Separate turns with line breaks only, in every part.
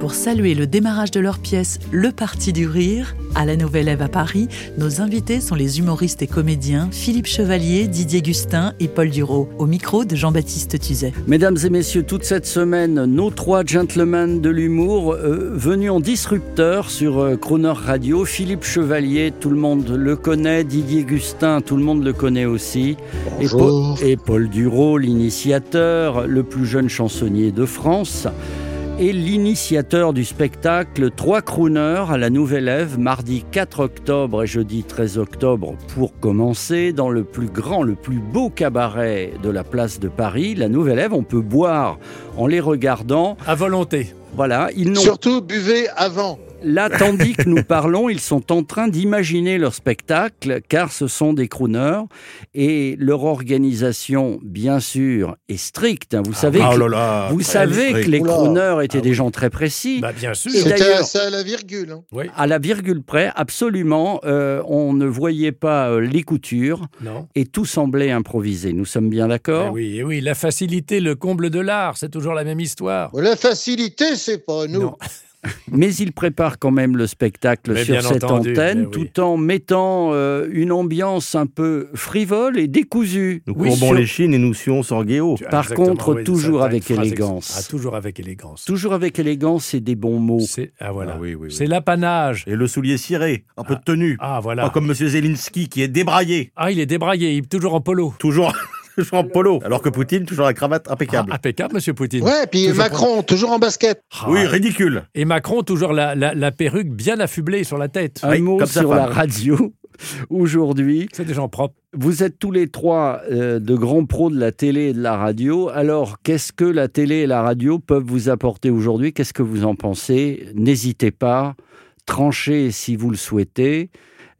Pour saluer le démarrage de leur pièce Le Parti du Rire, à la Nouvelle Ève à Paris, nos invités sont les humoristes et comédiens Philippe Chevalier, Didier Gustin et Paul Duro, au micro de Jean-Baptiste Tuzet.
Mesdames et messieurs, toute cette semaine, nos trois gentlemen de l'humour euh, venus en disrupteur sur euh, Crooner Radio. Philippe Chevalier, tout le monde le connaît. Didier Gustin, tout le monde le connaît aussi. Et Paul, et Paul Duro, l'initiateur, le plus jeune chansonnier de France. Et l'initiateur du spectacle Trois Crooners à la Nouvelle Ève, mardi 4 octobre et jeudi 13 octobre, pour commencer, dans le plus grand, le plus beau cabaret de la place de Paris, la Nouvelle Ève. On peut boire en les regardant.
À volonté.
Voilà, ils n'ont
Surtout, buvez avant.
Là, tandis que nous parlons, ils sont en train d'imaginer leur spectacle, car ce sont des crooners, et leur organisation, bien sûr, est stricte. hein. Vous savez,
Ah,
que,
oh là là,
vous
très
savez
strict.
que les
Oula.
crooners étaient
Ah
des
oui.
gens très précis.
Bah, bien sûr.
Et
C'était
d'ailleurs-
ça à la virgule. hein.
Oui.
À la virgule près, absolument, euh, on ne voyait pas euh, les coutures,
Non.
et tout semblait improvisé. Nous sommes bien
Eh
d'accord
oui, eh oui, la facilité, le comble de l'art, c'est toujours la même histoire.
La facilité, c'est pas nous.
Non.
Mais il prépare quand même le spectacle
Mais
sur
bien
cette
entendu,
antenne,
mais oui.
tout en mettant euh, une ambiance un peu frivole et décousue.
Nous
Oui,
courbons
sur-
les chines et nous suons sans guéo.
Tu as
Par
exactement,
contre,
oui,
toujours
ça, t'as
avec
une phrase ex-
élégance.
Ah, toujours avec élégance.
Toujours avec élégance et des bons mots.
C'est ah voilà.
Ah oui, oui, oui.
C'est l'apanage.
Et le soulier ciré, un peu de tenue.
Ah voilà.
Pas comme Monsieur Zelensky qui est débraillé,
Ah, il est débraillé, il est toujours en polo.
toujours, toujours en polo. Alors que Poutine, toujours la cravate
Ah,
impeccable.
impeccable, Monsieur Poutine.
Ouais, puis
Toujours
Macron, toujours en basket.
Ah,
oui, ridicule.
Et Macron toujours la, la, la perruque bien affublée sur la tête.
Un
Ah Oui,
mot
comme sa
sur la
femme.
radio. Aujourd'hui,
C'est des gens propres.
vous êtes tous les trois euh, de grands pros de la télé et de la radio. Alors, qu'est-ce que la télé et la radio peuvent vous apporter aujourd'hui Qu'est-ce que vous en pensez N'hésitez pas, tranchez si vous le souhaitez.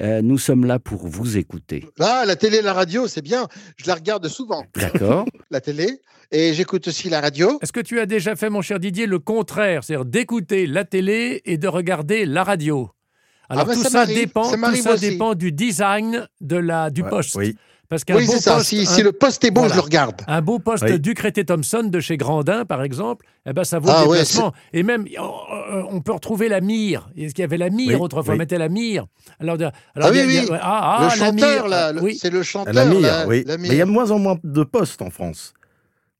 Euh, nous sommes là pour vous écouter.
Ah, la télé, la radio, c'est bien. Je la regarde souvent,
D'accord
la télé. Et j'écoute aussi la radio.
Est-ce que tu as déjà fait, mon cher Didier, le contraire, c'est-à-dire d'écouter la télé et de regarder la radio Alors
Ah ben,
tout
ça
ça,
m'arrive,
dépend,
ça
tout
m'arrive
ça
aussi.
dépend du design de la du
Ouais,
poste.
Oui.
Parce qu'un
Oui,
beau
c'est ça.
poste,
Si,
un-
si le poste est beau,
Voilà.
je le regarde.
Un beau poste
Oui.
Ducreté Thompson de chez Grandin, par exemple, eh ben, ça vaut
Ah
le
ouais,
déplacement. et même, oh, euh, on peut retrouver la mire. Est-ce qu'il y avait la mire
Oui,
autrefois On
oui.
mettait la mire. Alors, de- alors,
Ah oui,
il y a-
oui.
il y a- ah, ah,
le
la
chanteur,
mire.
là, le-
Oui.
c'est le
À
chanteur.
la mire,
là,
oui.
la
Mais
mire.
il y a de moins en moins de postes en France.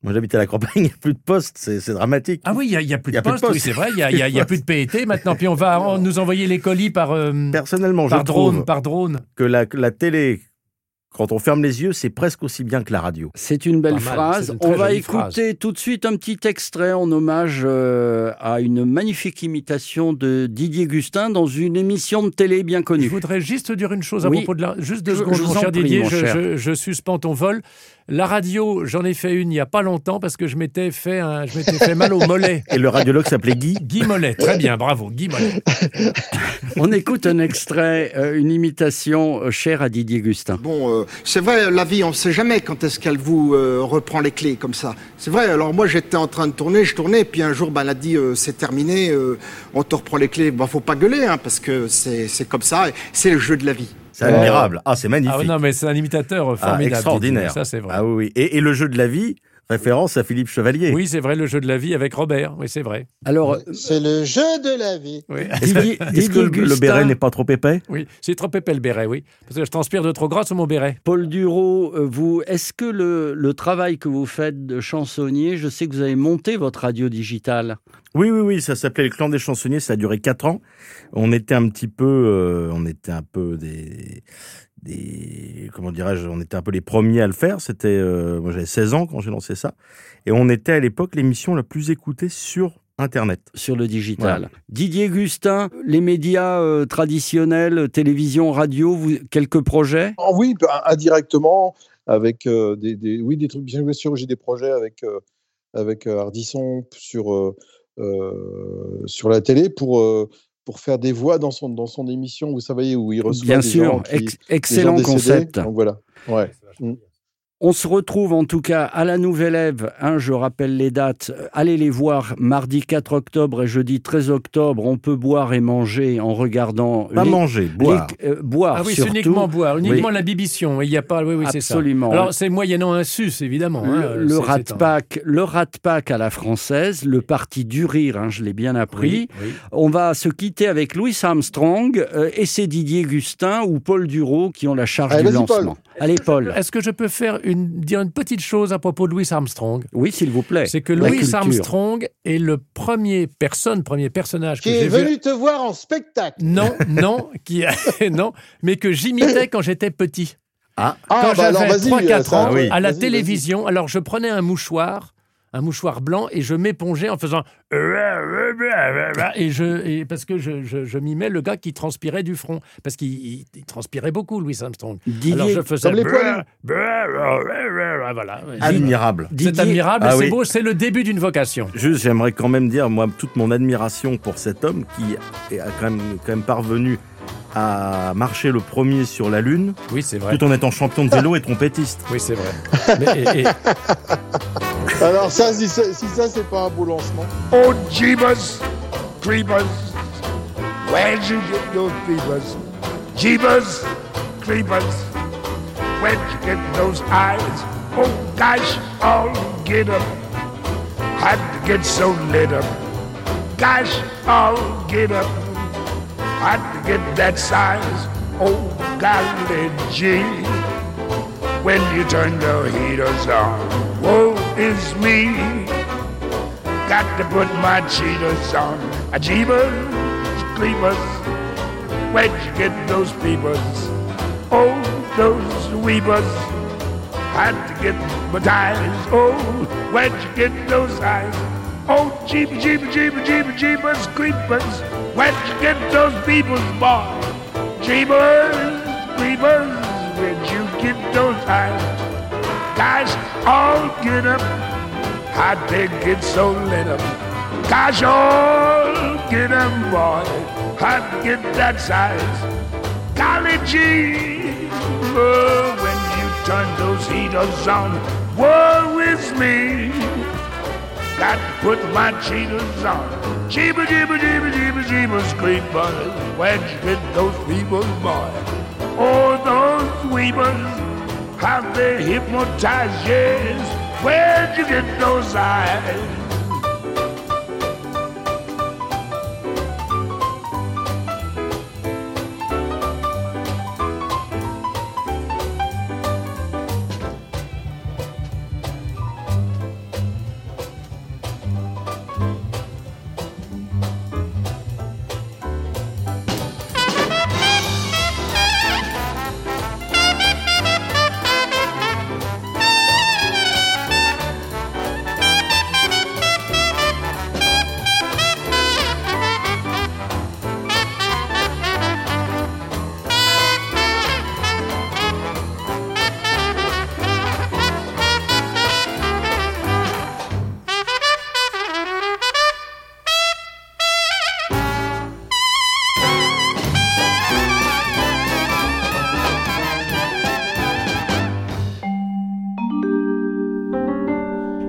Moi, j'habite à la campagne, il n'y a plus de postes, c'est c'est dramatique.
Ah oui, il n'y a, plus
Il y
de
a plus de
poste, oui,
poste.
c'est vrai, il n'y a, il y a- il y a plus de PET maintenant. Puis on va en- nous envoyer les colis par, euh,
Personnellement, je
par drone,
trouve
par drone.
que la, la télé, quand on ferme les yeux, c'est presque aussi bien que la radio.
C'est une belle
Pas mal, c'est
phrase.
une très
On va
jolie
écouter
phrase.
tout de suite un petit extrait en hommage euh, à une magnifique imitation de Didier Gustin dans une émission de télé bien
Je
connue.
voudrais juste te dire une chose à
Oui.
propos de la... Juste deux
Je-
secondes,
je vous
mon
en
cher
prie,
Didier,
mon
je,
cher.
je- je suspends ton vol. La radio, j'en ai fait une il n'y a pas longtemps parce que je m'étais fait, un- je m'étais fait mal au mollet.
Et le radiologue s'appelait Guy.
Guy Mollet, très bien, bravo, Guy Mollet.
On écoute un extrait, euh, une imitation euh, chère à Didier Gustin.
Bon, euh, c'est vrai, la vie, on ne sait jamais quand est-ce qu'elle vous euh, reprend les clés comme ça. C'est vrai, alors moi j'étais en train de tourner, je tournais, puis un jour, ben, elle a dit, euh, c'est terminé, euh, on te reprend les clés. Ben, faut pas gueuler, hein, parce que c'est c'est comme ça, et c'est le jeu de la vie.
C'est admirable. Ah, c'est magnifique.
Ah non, mais c'est un imitateur
Ah,
formidable.
extraordinaire.
Ça, c'est vrai.
Ah oui, oui. Et, et le jeu de la vie, référence à Philippe Chevalier.
Oui, c'est vrai, le jeu de la vie avec Robert. Oui, c'est vrai.
Alors,
C'est le jeu de la vie.
Oui,
Didier,
Est-ce que
Didier
le, le
Gustin,
Ah.
béret n'est pas trop épais
oui. c'est trop épais le béret, oui. Parce que je transpire de trop gras sur mon béret.
Paul Duro, euh, vous, est-ce que le, le travail que vous faites de chansonnier, je sais que vous avez monté votre radio digitale.
Oui, oui, oui. Ça s'appelait le clan des chansonniers. Ça a duré quatre ans. On était un petit peu, euh, on était un peu des, des, comment dirais-je, on était un peu les premiers à le faire. C'était, euh, moi j'avais 16 ans quand j'ai lancé ça, et on était à l'époque l'émission la plus écoutée sur Internet.
sur le digital. Didier Gustin, les médias euh, traditionnels, euh, télévision, radio, vous, quelques projets
Ah oui, bah, indirectement, avec euh, des, des- oui, des trucs. Bien sûr, j'ai des projets avec, euh, avec euh, Ardisson sur, euh, euh, sur la télé pour, euh,
pour faire des voix dans son, dans son émission, vous savez, où il reçoit
Bien
des
sûr,
gens qui-
ex-
des gens
excellent
décédés.
concept.
Donc voilà. Ouais. Mm.
On se retrouve en tout cas à la Nouvelle Ève. hein, je rappelle les dates. Euh, Allez les voir mardi 4 octobre et jeudi 13 octobre. On peut boire et manger en regardant.
Pas
les-
manger, boire.
les- euh, boire
Ah oui, c'est
surtout.
uniquement boire, uniquement
Oui.
la bibition. Il n'y a pas. Oui, oui, c'est ça.
Absolument.
Alors, c'est moyennant un sus, évidemment. hein,
Le, le
c'est-
rat
c'est un-
pack, le rat pack à la française, le parti du rire, hein, je l'ai bien
Oui,
appris.
oui.
On va se quitter avec Louis Armstrong euh, et c'est Didier Gustin ou Paul Duro qui ont la charge
Allez,
du
vas-y, Paul.
lancement. Allez Paul.
Est-ce que je peux faire une, dire une petite chose à propos de Louis Armstrong
Oui, s'il vous plaît.
C'est que
La
Louis
culture.
Armstrong est le premier personne, premier personnage que
Qui est
j'ai vu.
venu te voir en spectacle.
Non, non, qui non, mais que j'imitais quand j'étais petit.
Ah,
quand
bah alors
j'avais
vas-y.
euh,
3-4
ça,
ans,
oui.
à la
vas-y, vas-y.
télévision, alors je prenais un mouchoir, un mouchoir blanc, et je m'épongeais en faisant... Et je, et parce que je, je, je mimais le gars qui transpirait du front, parce qu'il il- il transpirait beaucoup, Louis Armstrong.
Didier-
alors je faisais... Ah,
comme les poilus.
Voilà.
Admirable.
C'est
Didier-
admirable,
Ah
c'est
oui.
beau, c'est le début d'une vocation.
Juste, j'aimerais quand même dire, moi, toute mon admiration pour cet homme qui est quand même, quand même parvenu à marcher le premier sur la Lune,
Oui, c'est vrai.
tout en étant champion de vélo et trompettiste.
Oui, c'est vrai. Mais- et- et-
Alors ça, si ça, si ça, c'est pas un beau lancement.
Oh, Jeebus, Creepers, where'd you get those peepers? Jeebus, Creepers, where'd you get those eyes? Oh, gosh, all get up. How'd you get so lit up? Gosh, all get up. How'd you get that size? Oh, golly gee. When you turn the heaters on, woe is me got to put my cheetahs on. Ajeebas, creepers, where'd you get those peepers? Oh, those weepers, had to get my ties. Oh, where'd you get those eyes? Oh, jeep, jeep, jeep, jeep, jeepers, creepers, where'd you get those peepers, boy? Jeebers, creepers, where'd you get those eyes? Guys, all get up. I did get so lit up. Gosh, oh, get 'em, boy. How'd you get that size? Golly gee, oh, when you turn those heaters on, woe is me. Got to put my cheetahs on. Jeeba, jeeba, jeeba, jeeba, jeeba, scream, boy. Where'd you get those weepers, boy? Oh, those weepers, how they hypnotize, yes. Where'd you get those eyes?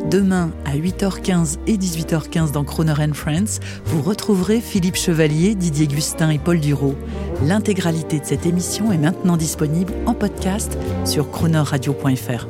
Demain à 8h15 et 18h15 dans Croner and Friends, vous retrouverez Philippe Chevalier, Didier Gustin et Paul Duro. L'intégralité de cette émission est maintenant disponible en podcast sur cronerradio.fr.